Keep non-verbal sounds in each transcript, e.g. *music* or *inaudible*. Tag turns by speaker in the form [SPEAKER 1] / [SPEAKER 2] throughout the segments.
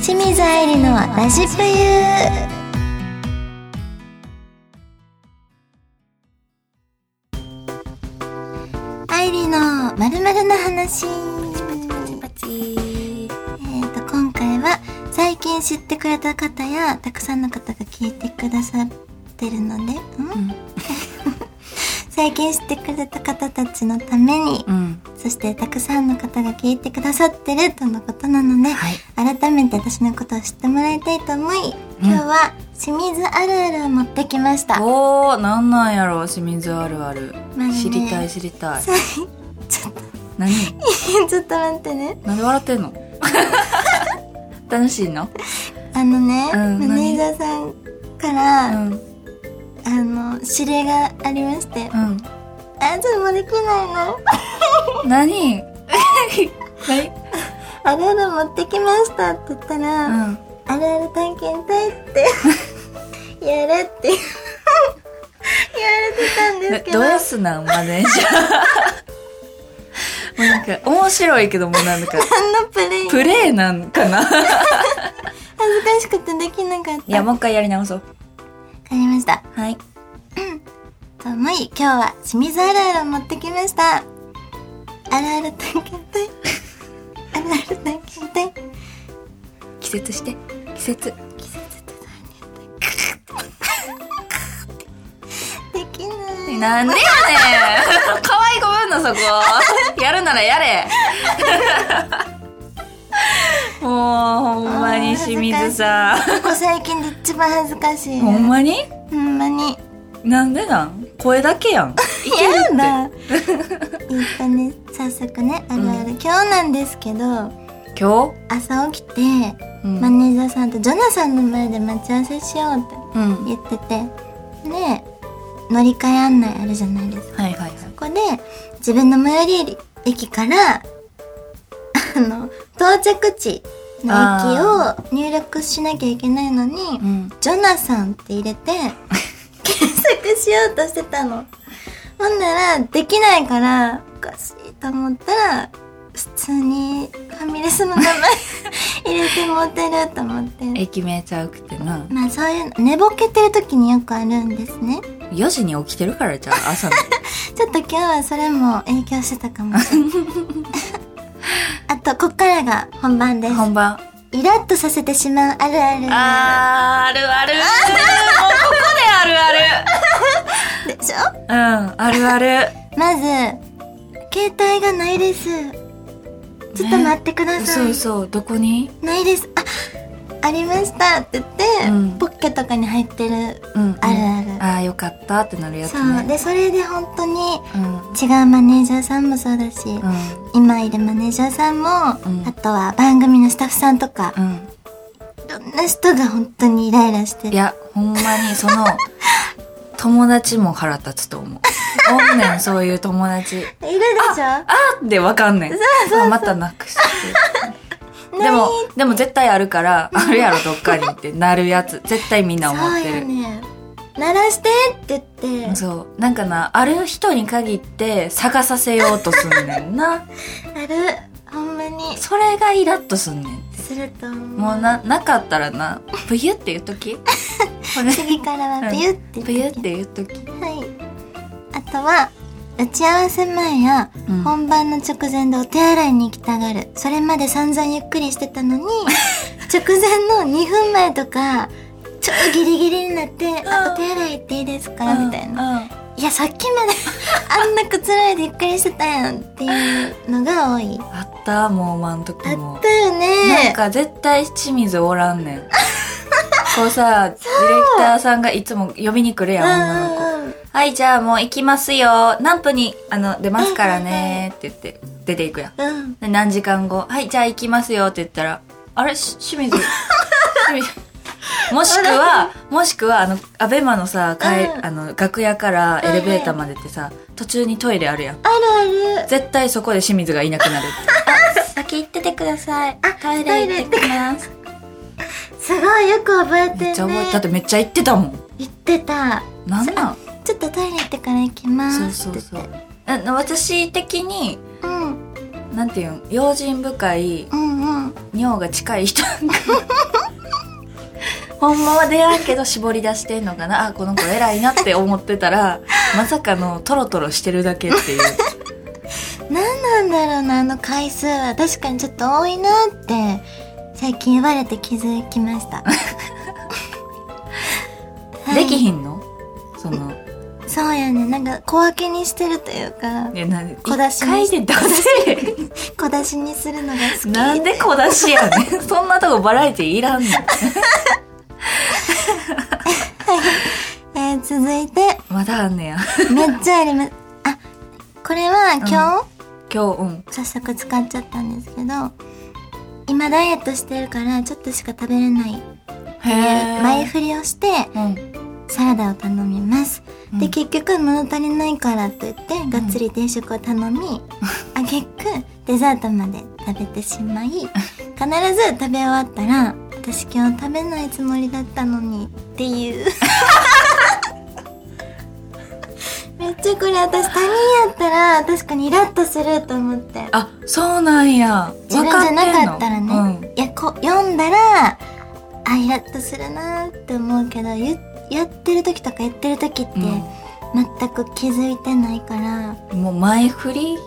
[SPEAKER 1] 清水愛理のラジプユー愛理のまるまるな話
[SPEAKER 2] パチ
[SPEAKER 1] えー、と今回は最近知ってくれた方やたくさんの方が聞いてくださってるので、ん *laughs* 最近知ってくれた方たちのために、
[SPEAKER 2] うん
[SPEAKER 1] そしてたくさんの方が聞いてくださってるとのことなので、
[SPEAKER 2] はい
[SPEAKER 1] 改めて私のことを知ってもらいたいと思い、
[SPEAKER 2] うん
[SPEAKER 1] 今日は清水あるあるを持ってきました。
[SPEAKER 2] おーなんなんやろ清水あるある、
[SPEAKER 1] まあね
[SPEAKER 2] 知りたい知りたい
[SPEAKER 1] さあちょっと
[SPEAKER 2] 何
[SPEAKER 1] *laughs* ちょっと待ってね。
[SPEAKER 2] なんで笑ってん *laughs* の楽しいの
[SPEAKER 1] あのね、
[SPEAKER 2] うん
[SPEAKER 1] マネージャーさんから、
[SPEAKER 2] うんうん
[SPEAKER 1] あの、指令がありまして、あ、ちょっともうできないな。
[SPEAKER 2] 何何
[SPEAKER 1] *laughs* あるある持ってきましたって言ったら、
[SPEAKER 2] うん
[SPEAKER 1] あるある探検隊って
[SPEAKER 2] *laughs*
[SPEAKER 1] やるって *laughs* 言われてたんで
[SPEAKER 2] な
[SPEAKER 1] すけど
[SPEAKER 2] どうすなんマネージャー *laughs* もうなんか面白いけどもう *laughs* なんか
[SPEAKER 1] あのプレイ
[SPEAKER 2] プレイなんかない
[SPEAKER 1] 恥ずかしくてできなかった
[SPEAKER 2] や
[SPEAKER 1] わか
[SPEAKER 2] もう一回やり直そう
[SPEAKER 1] りました
[SPEAKER 2] はい
[SPEAKER 1] と思い今日は清水あるあるを持ってきましたあるある探検
[SPEAKER 2] *laughs*
[SPEAKER 1] 隊あるある探検隊
[SPEAKER 2] 季節して季節
[SPEAKER 1] できない
[SPEAKER 2] なんでやねん可愛い子ぶんのそこやるならやれもうほんまに清水さん
[SPEAKER 1] ここ最近で一番恥ずかしい
[SPEAKER 2] *laughs* ほんまに
[SPEAKER 1] ほんまに
[SPEAKER 2] なんでなん声だけやん
[SPEAKER 1] 嫌 *laughs* だえっとね早速ねあるある、今日なんですけど
[SPEAKER 2] 今
[SPEAKER 1] 朝起きて、
[SPEAKER 2] 日、うん
[SPEAKER 1] マネージャーさんとジョナサンの前で待ち合わせしようって
[SPEAKER 2] うん
[SPEAKER 1] 言っててで乗り換え案内あるじゃないですか
[SPEAKER 2] はいはいはい
[SPEAKER 1] ここで自分の最寄り駅からあの到着地の駅を入力しなきゃいけないのに
[SPEAKER 2] うん
[SPEAKER 1] ジョナサンって入れて検索しようとしてたの。ほんなら、できないから、おかしいと思ったら、普通にファミレスの名前 *laughs* 入れてもうてると思って。
[SPEAKER 2] 駅名ちゃうくてな
[SPEAKER 1] まあそういうの、寝ぼけてる時によくあるんですね。
[SPEAKER 2] 4時に起きてるからじゃあ朝 *laughs* の
[SPEAKER 1] ちょっと今日はそれも影響してたか
[SPEAKER 2] *laughs*
[SPEAKER 1] もしれない。あと、こっからが本番です。
[SPEAKER 2] 本番
[SPEAKER 1] イラッとさせてしまうあるある。
[SPEAKER 2] あーあるあ *laughs* るもうここである
[SPEAKER 1] でしょ
[SPEAKER 2] あるうんあるある
[SPEAKER 1] まず、携帯がないです。ちょっと待ってください。
[SPEAKER 2] *laughs* そうそうどこに
[SPEAKER 1] ないです。あ、ありましたって言って、
[SPEAKER 2] うん
[SPEAKER 1] ポッケとかに入ってる
[SPEAKER 2] うん
[SPEAKER 1] あるある。
[SPEAKER 2] あーよかったってなるやつ
[SPEAKER 1] そう。
[SPEAKER 2] ね
[SPEAKER 1] で、それで本当に
[SPEAKER 2] うん
[SPEAKER 1] 違うマネージャーさんもそうだし、
[SPEAKER 2] うん
[SPEAKER 1] 今いるマネージャーさんも、
[SPEAKER 2] うん
[SPEAKER 1] あとは番組のスタッフさんとか、
[SPEAKER 2] うん
[SPEAKER 1] いろんな人が本当にイライラして
[SPEAKER 2] い
[SPEAKER 1] る。
[SPEAKER 2] やほんまにその *laughs* 友達も腹立つと思うおんねんそういう友達
[SPEAKER 1] いるでしょ
[SPEAKER 2] あーってわかんねんあまたなくして
[SPEAKER 1] な
[SPEAKER 2] で
[SPEAKER 1] い
[SPEAKER 2] もでも絶対あるからあるやろどっかにってなるやつ絶対みんな思
[SPEAKER 1] そう
[SPEAKER 2] っ
[SPEAKER 1] よ
[SPEAKER 2] てる
[SPEAKER 1] ね。鳴らしてって言って、
[SPEAKER 2] そう。なんかな、ある人に限って探させようとすんね
[SPEAKER 1] *laughs*
[SPEAKER 2] んな。
[SPEAKER 1] ある。ほんまに、
[SPEAKER 2] それがイラッとすんねん。
[SPEAKER 1] すると思う。
[SPEAKER 2] もうな、なかったらな、ぷゆって言っ
[SPEAKER 1] *laughs*
[SPEAKER 2] とき。これ
[SPEAKER 1] 次からはビュって
[SPEAKER 2] ぷゆって言っとき。
[SPEAKER 1] はい。あとは、打ち合わせ前や
[SPEAKER 2] うん
[SPEAKER 1] 本番の直前でお手洗いに行きたがる。それまで散々ゆっくりしてた
[SPEAKER 2] *laughs*
[SPEAKER 1] のに、直前の2分前とか、超ギリギリになって、あ、お手洗い行っていいですかみたいな。
[SPEAKER 2] な。
[SPEAKER 1] いや、さっきまで *laughs* あんなくつろいでゆっくりしてたやんっていうのが多い。
[SPEAKER 2] あった、もう今ん時
[SPEAKER 1] あ
[SPEAKER 2] も
[SPEAKER 1] った。よ
[SPEAKER 2] なん
[SPEAKER 1] ね。
[SPEAKER 2] か絶対清水おら
[SPEAKER 1] *laughs*
[SPEAKER 2] んねん。こうさ、ディレクターさんがいつも呼びに来るやん、女の子。
[SPEAKER 1] うんうんうん
[SPEAKER 2] はい、じゃあもう行きますよ。何分に、あの、出ますからねって言って、出ていくやん。
[SPEAKER 1] うん。
[SPEAKER 2] で何時間後、はい、じゃあ行きますよって言ったら、あれ、し清
[SPEAKER 1] *laughs*
[SPEAKER 2] 水。清水もしくは、もしくは、あの、アベマのさ、かえ
[SPEAKER 1] うん
[SPEAKER 2] あの、楽屋からエレベーターまでってさ、途中にトイレあるやん。
[SPEAKER 1] あるある。
[SPEAKER 2] 絶対そこで清水がいなくなるって。あ、先行っててください。トイ
[SPEAKER 1] レ行って
[SPEAKER 2] きます。
[SPEAKER 1] すごいよく覚えて
[SPEAKER 2] めっちゃ
[SPEAKER 1] る
[SPEAKER 2] 覚え
[SPEAKER 1] ね
[SPEAKER 2] て、だって。めっちゃ行ってたもん。
[SPEAKER 1] 言ってた。
[SPEAKER 2] なんなん
[SPEAKER 1] ちょっとトイレ行ってから行きま
[SPEAKER 2] そう
[SPEAKER 1] す
[SPEAKER 2] そ
[SPEAKER 1] って
[SPEAKER 2] う
[SPEAKER 1] 言って。
[SPEAKER 2] そう。あの私的に、
[SPEAKER 1] うん。
[SPEAKER 2] ななんていうん用心深い
[SPEAKER 1] うんうん
[SPEAKER 2] 尿が近い *laughs* 人がほんまは出会うけど絞り出してんのかなあこの子偉いなって思ってたらまさかのトロトロしてるだけっていう *laughs*
[SPEAKER 1] 何なんだろうなあの回数は確かにちょっと多いなって最近言われて気づきました
[SPEAKER 2] *laughs*
[SPEAKER 1] はい
[SPEAKER 2] できひんのその
[SPEAKER 1] そうやねなんか小分けにしてるというか
[SPEAKER 2] いやなんで
[SPEAKER 1] 小出し
[SPEAKER 2] 一回
[SPEAKER 1] に
[SPEAKER 2] で出せ
[SPEAKER 1] 小出しにするのが好き
[SPEAKER 2] なんで小出しやねん。 *laughs* そんなとこバラエティいらんの。
[SPEAKER 1] えー続い
[SPEAKER 2] *laughs*
[SPEAKER 1] て
[SPEAKER 2] まだあんねや。
[SPEAKER 1] めっちゃありますあこれは今日、
[SPEAKER 2] 今日、うん。
[SPEAKER 1] 早速使っちゃったんですけど今ダイエットしてるからちょっとしか食べれない
[SPEAKER 2] へえ。
[SPEAKER 1] 前振りをして
[SPEAKER 2] うん。
[SPEAKER 1] サラダを頼みます、
[SPEAKER 2] うん
[SPEAKER 1] で結局物足りないからと言ってがっつり定食を頼み、あげくデザートまで食べてしまい必ず食べ終わったら私今日食べないつもりだったのにって
[SPEAKER 2] *laughs*
[SPEAKER 1] いうめっちゃこれ私他人やったら確かにイラッとすると思って
[SPEAKER 2] あ、そうなんや。わ
[SPEAKER 1] 自分じ
[SPEAKER 2] かっ
[SPEAKER 1] ゃ
[SPEAKER 2] てん
[SPEAKER 1] な
[SPEAKER 2] の
[SPEAKER 1] かったらね、いやこ読んだらあイラッとするなーって思うけど言やってる時とか言ってる時って
[SPEAKER 2] うん
[SPEAKER 1] 全く気づいてないから、
[SPEAKER 2] うん。もう前振り *laughs*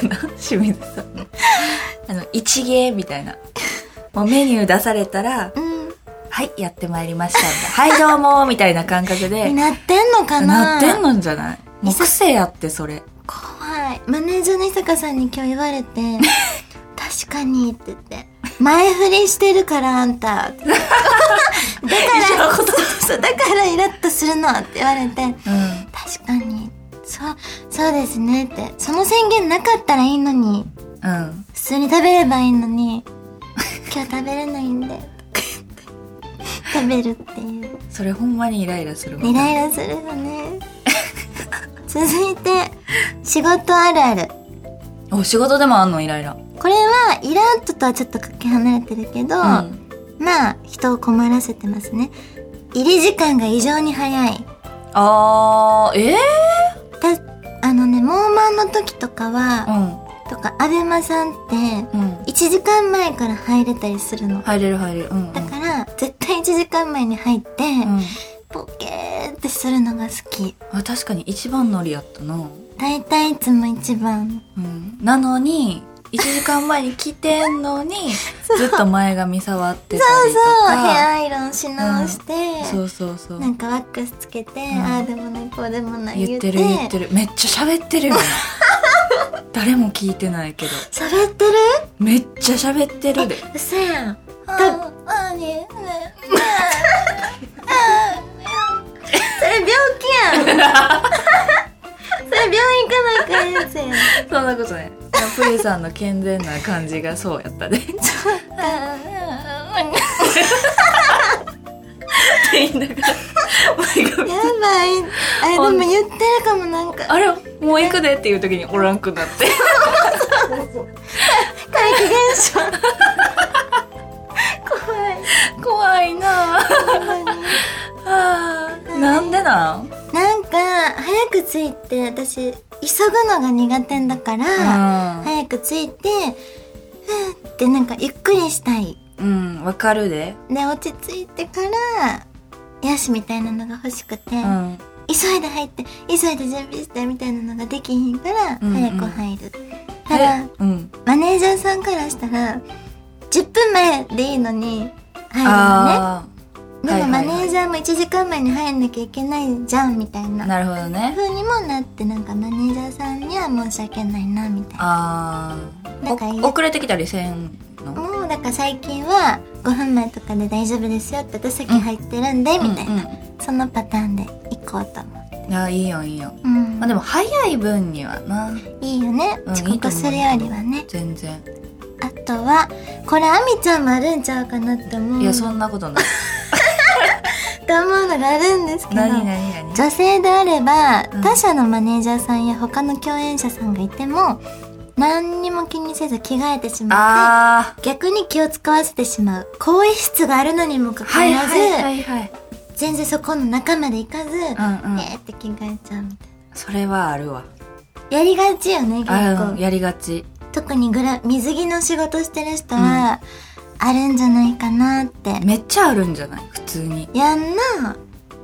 [SPEAKER 2] なんかな、清水さんの。あの、一芸みたいな。もうメニュー出されたら、
[SPEAKER 1] うん
[SPEAKER 2] はい、やってまいりましたみたいな。はい、どうもみたいな感覚で
[SPEAKER 1] に。なってんのか
[SPEAKER 2] な
[SPEAKER 1] な
[SPEAKER 2] ってんのんじゃないもう癖やって、それ。
[SPEAKER 1] 怖いマネージャーの伊坂さんに今日言われて *laughs* 「確かに」って言って「前振りしてるからあん
[SPEAKER 2] *laughs*
[SPEAKER 1] た」ってだから
[SPEAKER 2] 一緒のこと
[SPEAKER 1] そうだからイラッとするのって言われて
[SPEAKER 2] うん。
[SPEAKER 1] 確かにそうそうですねってその宣言なかったらいいのに
[SPEAKER 2] うん。
[SPEAKER 1] 普通に食べればいいのに今日食べれないんでとか言って食べるっていう
[SPEAKER 2] それほんまにイライラするも
[SPEAKER 1] イ
[SPEAKER 2] んな
[SPEAKER 1] ライラするよね続いて仕事あるある
[SPEAKER 2] お仕事でもあんのイライラ。
[SPEAKER 1] これはイラッととはちょっとかけ離れてるけど、
[SPEAKER 2] うん。
[SPEAKER 1] まあ人を困らせてますね入り時間が異常に早い
[SPEAKER 2] あー、え
[SPEAKER 1] たあのねモーマンの時とかは、
[SPEAKER 2] ー、
[SPEAKER 1] とかアベマさんって
[SPEAKER 2] うん。うん。
[SPEAKER 1] 1時間前から入れたりするの
[SPEAKER 2] 入れる入れる。うん、うん。
[SPEAKER 1] だから絶対1時間前に入って、
[SPEAKER 2] うん。
[SPEAKER 1] ポケーってするのが好き。
[SPEAKER 2] あ、確かに一番乗りやったな。
[SPEAKER 1] だいたいいつも一番。
[SPEAKER 2] うん。なのに、1時間前に来てんの *laughs* に、ずっと前髪触ってたりと
[SPEAKER 1] そう、ヘア
[SPEAKER 2] か。
[SPEAKER 1] アイロンし直して、
[SPEAKER 2] そうそうそう
[SPEAKER 1] なんかワックスつけて、
[SPEAKER 2] ん
[SPEAKER 1] ああでもない、こうでもない
[SPEAKER 2] 言ってる言ってる。めっちゃ喋ってる *laughs* よね。誰も聞いてないけど。
[SPEAKER 1] 喋ってる
[SPEAKER 2] めっちゃ喋ってるで。
[SPEAKER 1] 嘘やん。た、あーに、ね、ね、それ病気やん。それ病院行かないかんやつやん。
[SPEAKER 2] *laughs* そんなことね。プリさんの健全な感じがそうやったで。って言いながら、前 *laughs* 髪
[SPEAKER 1] やばい。あれでも言ってるかもなんか。
[SPEAKER 2] あれもう行くでっていう時におらんくなって。
[SPEAKER 1] 怪奇現象 *laughs* 怖い
[SPEAKER 2] 怖いなぁ。
[SPEAKER 1] ほんまに
[SPEAKER 2] あーなんでなん
[SPEAKER 1] なんか早く着いて私急ぐのが苦手だから、
[SPEAKER 2] う
[SPEAKER 1] 早く着いてふーってなんかゆっくりしたい
[SPEAKER 2] ん。うん、わかるで。
[SPEAKER 1] で落ち着いてからよしみたいなのが欲しくて、
[SPEAKER 2] うん。
[SPEAKER 1] 急いで入って急いで準備してみたいなのができひんから
[SPEAKER 2] うんうん
[SPEAKER 1] 早く入る、ただ
[SPEAKER 2] えうん。
[SPEAKER 1] マネージャーさんからしたら10分前でいいのに入るのね
[SPEAKER 2] あ
[SPEAKER 1] で
[SPEAKER 2] はい
[SPEAKER 1] も
[SPEAKER 2] はい
[SPEAKER 1] マ
[SPEAKER 2] はい
[SPEAKER 1] ネージャーも1時間前に入んなきゃいけないじゃんみたい
[SPEAKER 2] あ、
[SPEAKER 1] な
[SPEAKER 2] なるほどね。
[SPEAKER 1] 風にもなってなんかマネージャーさんには申し訳ないなみたいな
[SPEAKER 2] あ
[SPEAKER 1] なんかいい
[SPEAKER 2] あ。遅れてきたりせんの
[SPEAKER 1] もうだから最近は5分前とかで大丈夫ですよって私先入ってるんでみたいな、そのパターンで行こうと思う、
[SPEAKER 2] うんうんいや、いいよいいよ。
[SPEAKER 1] うん
[SPEAKER 2] まあでも早い分にはな。
[SPEAKER 1] いいよね
[SPEAKER 2] うん
[SPEAKER 1] 遅刻するよりはね、
[SPEAKER 2] 全然。
[SPEAKER 1] あとはこれあみちゃんもあるんちゃうかなって思う
[SPEAKER 2] いや、そんなことない。
[SPEAKER 1] って思うのがあるんですけど
[SPEAKER 2] 何何何
[SPEAKER 1] 女性であれば、
[SPEAKER 2] うん
[SPEAKER 1] 他社のマネージャーさんや他の共演者さんがいても何にも気にせず着替えてしまって
[SPEAKER 2] ああ。
[SPEAKER 1] 逆に気を使わせてしまう更衣室があるのにもかかわ
[SPEAKER 2] はい
[SPEAKER 1] らず、
[SPEAKER 2] はいはいはい。
[SPEAKER 1] 全然そこの中まで行かず、
[SPEAKER 2] うんうん
[SPEAKER 1] えーって着替えちゃうみたい
[SPEAKER 2] それはあるわ。
[SPEAKER 1] なやりがちよね結
[SPEAKER 2] あうん
[SPEAKER 1] 構
[SPEAKER 2] やりがち。
[SPEAKER 1] 特にグラ水着の仕事してる人は、あるんじゃないかなって
[SPEAKER 2] めっちゃあるんじゃない普通に。
[SPEAKER 1] やんな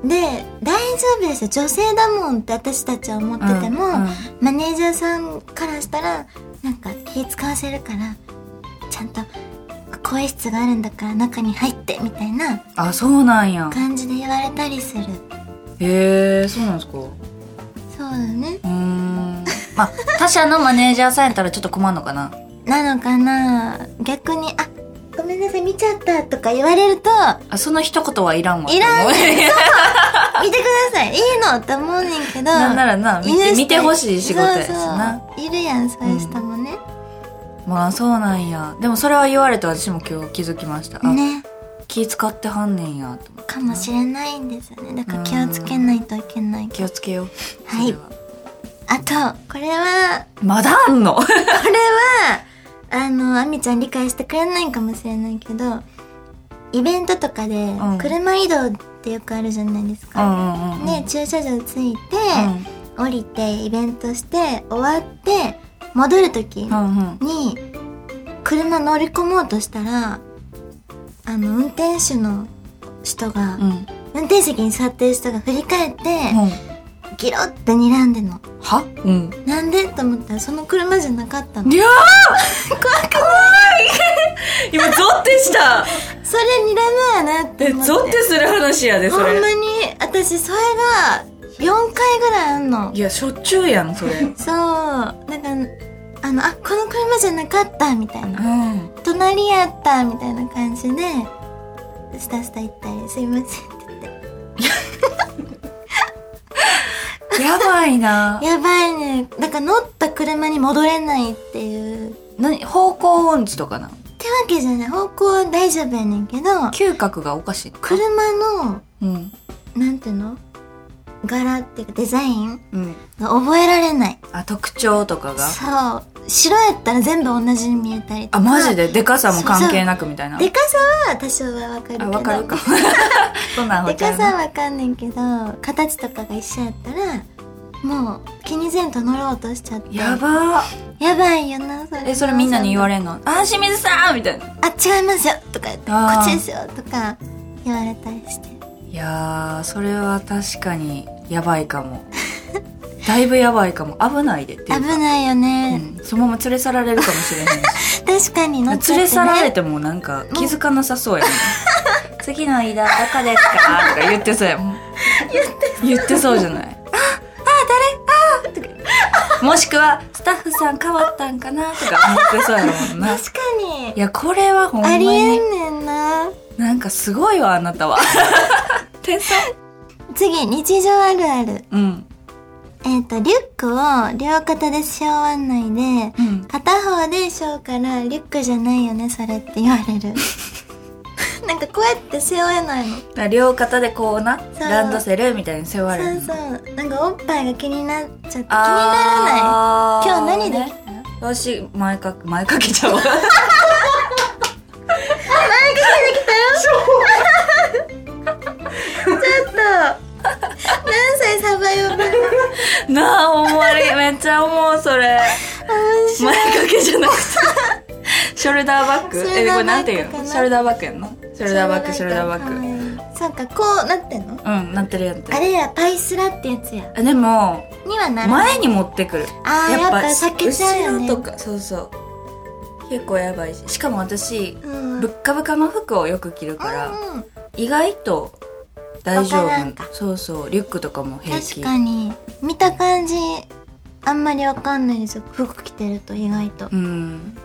[SPEAKER 1] で大丈夫ですよ女性だもんって私たちは思ってても、
[SPEAKER 2] うんうん
[SPEAKER 1] マネージャーさんからしたらなんか気使わせるからちゃんと更衣室があるんだから中に入ってみたいな
[SPEAKER 2] あ、そうなんや。
[SPEAKER 1] 感じで言われたりする
[SPEAKER 2] へえ、そうなんですか。
[SPEAKER 1] そうだね
[SPEAKER 2] うーん。まあ、他社のマネージャーさんやったらちょっと困るのかな。
[SPEAKER 1] なのかな逆に「あごめんなさい見ちゃった」とか言われると
[SPEAKER 2] あ、その一言はいらんわ。
[SPEAKER 1] いらん
[SPEAKER 2] ん
[SPEAKER 1] 「見てくださいいいの?」って思うねんけど
[SPEAKER 2] *laughs* なんならな、見て、見てほしい仕事やしな。
[SPEAKER 1] そうそういるやんそういう人もね、
[SPEAKER 2] まあ、そうなんや。でもそれは言われて私も今日気づきました。あ、
[SPEAKER 1] ね
[SPEAKER 2] 気使ってはんねんや、と思って
[SPEAKER 1] かもしれないんですよねだから気をつけないといけないけ
[SPEAKER 2] 気
[SPEAKER 1] ど
[SPEAKER 2] をつけよう。
[SPEAKER 1] はい
[SPEAKER 2] それは。
[SPEAKER 1] あとこれは
[SPEAKER 2] まだあん
[SPEAKER 1] *laughs*
[SPEAKER 2] の
[SPEAKER 1] これはあのあみちゃん理解してくれないかもしれないけどイベントとかで
[SPEAKER 2] うん
[SPEAKER 1] 車移動ってよくあるじゃないです
[SPEAKER 2] う
[SPEAKER 1] か、
[SPEAKER 2] んうんうんうん。
[SPEAKER 1] ね、駐車場着いて、
[SPEAKER 2] う
[SPEAKER 1] 降りてイベントして終わって戻る時
[SPEAKER 2] ん。うんうん。
[SPEAKER 1] に車乗り込もうとしたらあの運転手の人が、
[SPEAKER 2] うん。
[SPEAKER 1] 運転席に座ってる人が振り返って、
[SPEAKER 2] うん。
[SPEAKER 1] ギロって睨んでんの
[SPEAKER 2] はうん。
[SPEAKER 1] なんでと思ったらその車じゃなかった
[SPEAKER 2] *laughs*
[SPEAKER 1] の
[SPEAKER 2] いやー怖い *laughs* 今ゾッてした
[SPEAKER 1] それ睨むわなって
[SPEAKER 2] え
[SPEAKER 1] 思って
[SPEAKER 2] ゾッてする話やでそ
[SPEAKER 1] ほん
[SPEAKER 2] れ
[SPEAKER 1] まに私それが4回ぐらいあんの
[SPEAKER 2] いやしょっちゅうやんそれうん
[SPEAKER 1] そうなんかあのあこの車じゃなかったみたいな隣やったみたいな感じでスタスタ行ったりすいませんって言って
[SPEAKER 2] やばいな
[SPEAKER 1] やばいねだから乗った車に戻れないっていうっ
[SPEAKER 2] 何方向音痴とかな
[SPEAKER 1] てわけじゃない方向は大丈夫やねんけど
[SPEAKER 2] 嗅覚がおかしい
[SPEAKER 1] 車の
[SPEAKER 2] うん
[SPEAKER 1] なんていうの柄っていうかデザイン
[SPEAKER 2] うん
[SPEAKER 1] が覚えられない
[SPEAKER 2] あ特徴とかが
[SPEAKER 1] そう白やったら全部同じに見えたりとか
[SPEAKER 2] あマジででかさも関係なくみたいな
[SPEAKER 1] でかさは多少はわかるけ
[SPEAKER 2] あ
[SPEAKER 1] ど
[SPEAKER 2] わかるかそんなんわ
[SPEAKER 1] で
[SPEAKER 2] か
[SPEAKER 1] か
[SPEAKER 2] る
[SPEAKER 1] さ
[SPEAKER 2] な
[SPEAKER 1] はわかんねんけど形とかが一緒やったらもう気にせんと乗ろうとしちゃって
[SPEAKER 2] やば
[SPEAKER 1] やばいよなそれ
[SPEAKER 2] えそれみんなに言わ
[SPEAKER 1] れ
[SPEAKER 2] れんのあー清水さんみたいな
[SPEAKER 1] あ違いますよとか言ってこ
[SPEAKER 2] あー
[SPEAKER 1] っちですよとか言われたりして
[SPEAKER 2] いやーそれは確かにやばいか *laughs* もだいぶやばいかも危ないでってい
[SPEAKER 1] 危
[SPEAKER 2] うか
[SPEAKER 1] ないよね、
[SPEAKER 2] うん、そのまま連れ去られるかもしれないし
[SPEAKER 1] 確かに乗っちゃ
[SPEAKER 2] 連
[SPEAKER 1] って、ね、
[SPEAKER 2] れ去られてもなんか気づかなさそうやね *laughs* 次の間どこですかとか言ってそうやもん *laughs* 言ってそうじゃないああ誰あーとか言ってもしくはスタッフさん変わったんかなとか思ってそうやもん *laughs* ない
[SPEAKER 1] 確かに
[SPEAKER 2] やこれはほんま
[SPEAKER 1] ありえ
[SPEAKER 2] に
[SPEAKER 1] んねんな
[SPEAKER 2] なんかすごいわあな *laughs* たは天才
[SPEAKER 1] 次日常あるある
[SPEAKER 2] うん
[SPEAKER 1] えっ、とリュックを両肩で背負わないで
[SPEAKER 2] うん
[SPEAKER 1] 片方でしょうからリュックじゃないよねそれって言われ
[SPEAKER 2] *laughs*
[SPEAKER 1] るなんかこうやって背負えないの
[SPEAKER 2] だから両肩でこうな
[SPEAKER 1] う
[SPEAKER 2] ランドセルみたいに背負われるの
[SPEAKER 1] そうそうなんかおっぱいが気になっちゃって気にならない
[SPEAKER 2] あー
[SPEAKER 1] 今日何できた
[SPEAKER 2] 私前か前かけち *laughs* ゃうわ前か
[SPEAKER 1] *laughs* ちょっと何歳サバイバル
[SPEAKER 2] *laughs* けなあ思われめっちゃ思うそ
[SPEAKER 1] *laughs*
[SPEAKER 2] れ前かけじゃなくてショルダーバッグ
[SPEAKER 1] ショルダーバッグ
[SPEAKER 2] えこれなんていう
[SPEAKER 1] か
[SPEAKER 2] の
[SPEAKER 1] な
[SPEAKER 2] ショルダーバッグやんなショルダーバッグショルダーバッグ
[SPEAKER 1] ッグそうかこうなってんの
[SPEAKER 2] うんなってるやんて
[SPEAKER 1] あれやパイスラってやつや
[SPEAKER 2] あでも
[SPEAKER 1] にはならない
[SPEAKER 2] 前に持ってくる
[SPEAKER 1] あーやっぱ避けちゃうよね
[SPEAKER 2] 後ろとかそうそう結構やばいししかも私
[SPEAKER 1] うん
[SPEAKER 2] ぶっかぶかの服をよく着るから、
[SPEAKER 1] うん
[SPEAKER 2] 意外と大丈
[SPEAKER 1] わからんか
[SPEAKER 2] 夫そうそうリュックとかも平
[SPEAKER 1] 確
[SPEAKER 2] 気
[SPEAKER 1] かに見た感じあんまりわかんないですよ服着てると意外と、
[SPEAKER 2] うん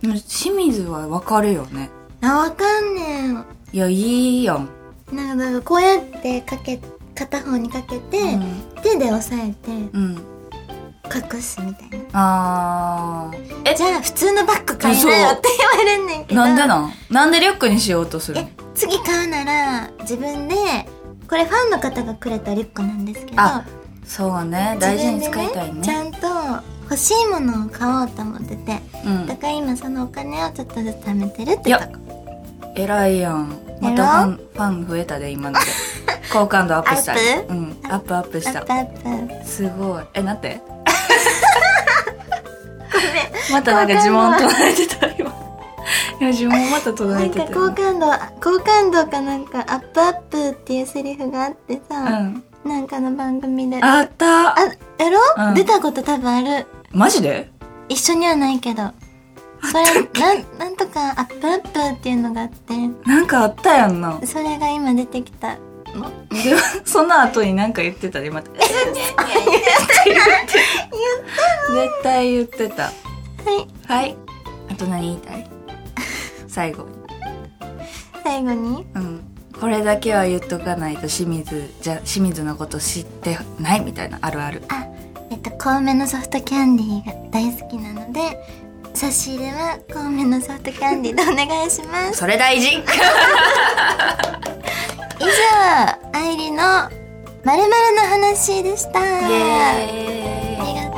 [SPEAKER 2] でも清水は分かるよね
[SPEAKER 1] あわかんねんなんか
[SPEAKER 2] いやいいやん、
[SPEAKER 1] だからこうやってかけ片方にかけて、
[SPEAKER 2] うん
[SPEAKER 1] 手で押さえて
[SPEAKER 2] うん
[SPEAKER 1] 隠すみたいな
[SPEAKER 2] あーえ
[SPEAKER 1] じゃあ普通のバッグ買いなよ
[SPEAKER 2] そう
[SPEAKER 1] って言われんねんけど
[SPEAKER 2] なんでなんなんでリュックにしようとするの
[SPEAKER 1] え次買うなら自分でこれファンの方がくれたリュックなんですけど
[SPEAKER 2] あそうね大事に使いたい
[SPEAKER 1] 自分
[SPEAKER 2] ね
[SPEAKER 1] でちゃんと欲しいものを買おうと思ってて
[SPEAKER 2] うん
[SPEAKER 1] だから今そのお金をちょっとずつ貯めてるっ
[SPEAKER 2] い
[SPEAKER 1] てと
[SPEAKER 2] や偉いやんまたファンファン増えたで
[SPEAKER 1] *laughs*
[SPEAKER 2] 今ので好感度アップした
[SPEAKER 1] アッ
[SPEAKER 2] プうんアップアップし
[SPEAKER 1] アッ
[SPEAKER 2] た
[SPEAKER 1] プアップ
[SPEAKER 2] すごいえなんてまたなんか呪文唱えてた今 *laughs* いや呪文また唱
[SPEAKER 1] な
[SPEAKER 2] え
[SPEAKER 1] ん
[SPEAKER 2] て
[SPEAKER 1] か
[SPEAKER 2] た
[SPEAKER 1] 好
[SPEAKER 2] よ
[SPEAKER 1] 感度好感度かなんか「アップアップ」っていうセリフがあって
[SPEAKER 2] う
[SPEAKER 1] さ、
[SPEAKER 2] ん
[SPEAKER 1] なんかの番組であ
[SPEAKER 2] あった
[SPEAKER 1] やろ、
[SPEAKER 2] うん
[SPEAKER 1] 出たこと多分ある
[SPEAKER 2] マジで
[SPEAKER 1] 一緒にはないけどそれなんなんとか「アップアップ」っていうのがあって
[SPEAKER 2] なんかあったやんな
[SPEAKER 1] それが今出てきた
[SPEAKER 2] で *laughs* その後になんか言ってたねまた絶 *laughs* 対言ってた
[SPEAKER 1] はい
[SPEAKER 2] はいあと何言いたい *laughs* 最後
[SPEAKER 1] 最後に
[SPEAKER 2] うんこれだけは言っとかないと清水じゃ清水のこと知ってないみたいなあるある
[SPEAKER 1] えっと小梅のソフトキャンディーが大好きなので差し入れは小梅のソフトキャン
[SPEAKER 2] *laughs*
[SPEAKER 1] ディーでお願いします
[SPEAKER 2] それ大 *laughs* 事
[SPEAKER 1] 以上愛理の「まるの話」でした
[SPEAKER 2] *laughs* イエ
[SPEAKER 1] あ
[SPEAKER 2] ーイ
[SPEAKER 1] りがと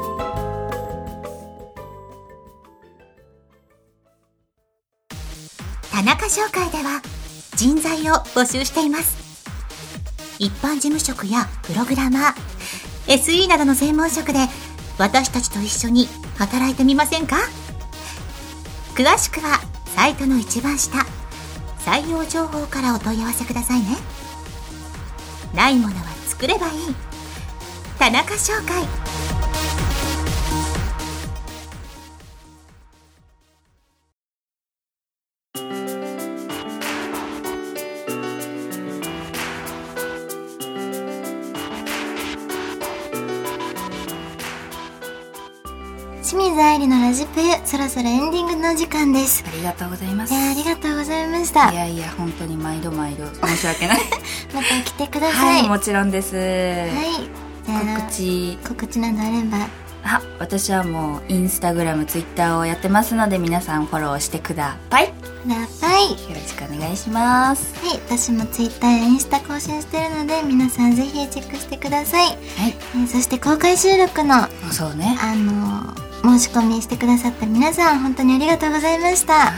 [SPEAKER 1] う
[SPEAKER 3] 田中商会では人材を募集しています一般事務職やプログラマー SE などの専門職で私たちと一緒に働いてみませんか詳しくはサイトの一番下採用情報からお問い合わせくださいねないものは作ればいい田中商会
[SPEAKER 1] 清水愛理のラジプそろそろエンディングの時間です
[SPEAKER 2] ありがとうございます
[SPEAKER 1] いやーありがとうございました
[SPEAKER 2] いやいや本当に毎度毎度申し訳ない
[SPEAKER 1] また来てくださ
[SPEAKER 2] *laughs* はいい
[SPEAKER 1] は
[SPEAKER 2] も
[SPEAKER 1] い
[SPEAKER 2] ちろんです、
[SPEAKER 1] じゃあ
[SPEAKER 2] 告知
[SPEAKER 1] 告知などあれば
[SPEAKER 2] あ私はもうインスタグラムツイッターをやってますので皆さんフォローしてくださいよ
[SPEAKER 1] ください
[SPEAKER 2] ろしくお願いします
[SPEAKER 1] はい私もツイッターやインスタ更新してるので皆さんぜひチェックしてください、
[SPEAKER 2] はい
[SPEAKER 1] えーそして公開収録のあ
[SPEAKER 2] そうね
[SPEAKER 1] のー申し込みしてくださった皆さん本当にありがとうございました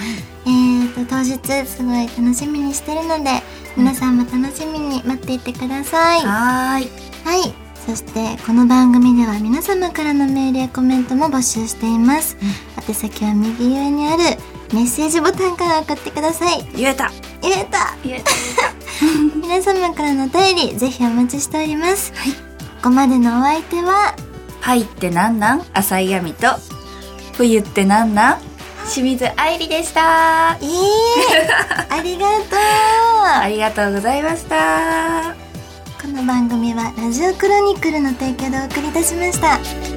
[SPEAKER 1] えーと当日すごい楽しみにしてるので皆さんも楽しみに待っていてください
[SPEAKER 2] はーい
[SPEAKER 1] はい。そして、この番組では皆様からのメールやコメントも募集しています。宛先は右上にあるメッセージボタンから送ってください。
[SPEAKER 2] 言えた
[SPEAKER 1] 言えた
[SPEAKER 2] 言え
[SPEAKER 1] *laughs* 皆様からのお便り、ぜひお待ちしております。ここまでのお相手は、
[SPEAKER 2] パイってなんなん浅井闇と冬ってなんなん清水愛理でした
[SPEAKER 1] えー、 *laughs* ありがと
[SPEAKER 2] ありがとうございました
[SPEAKER 1] うこの番組はラジオクロニクルの提供でお送りいたしました。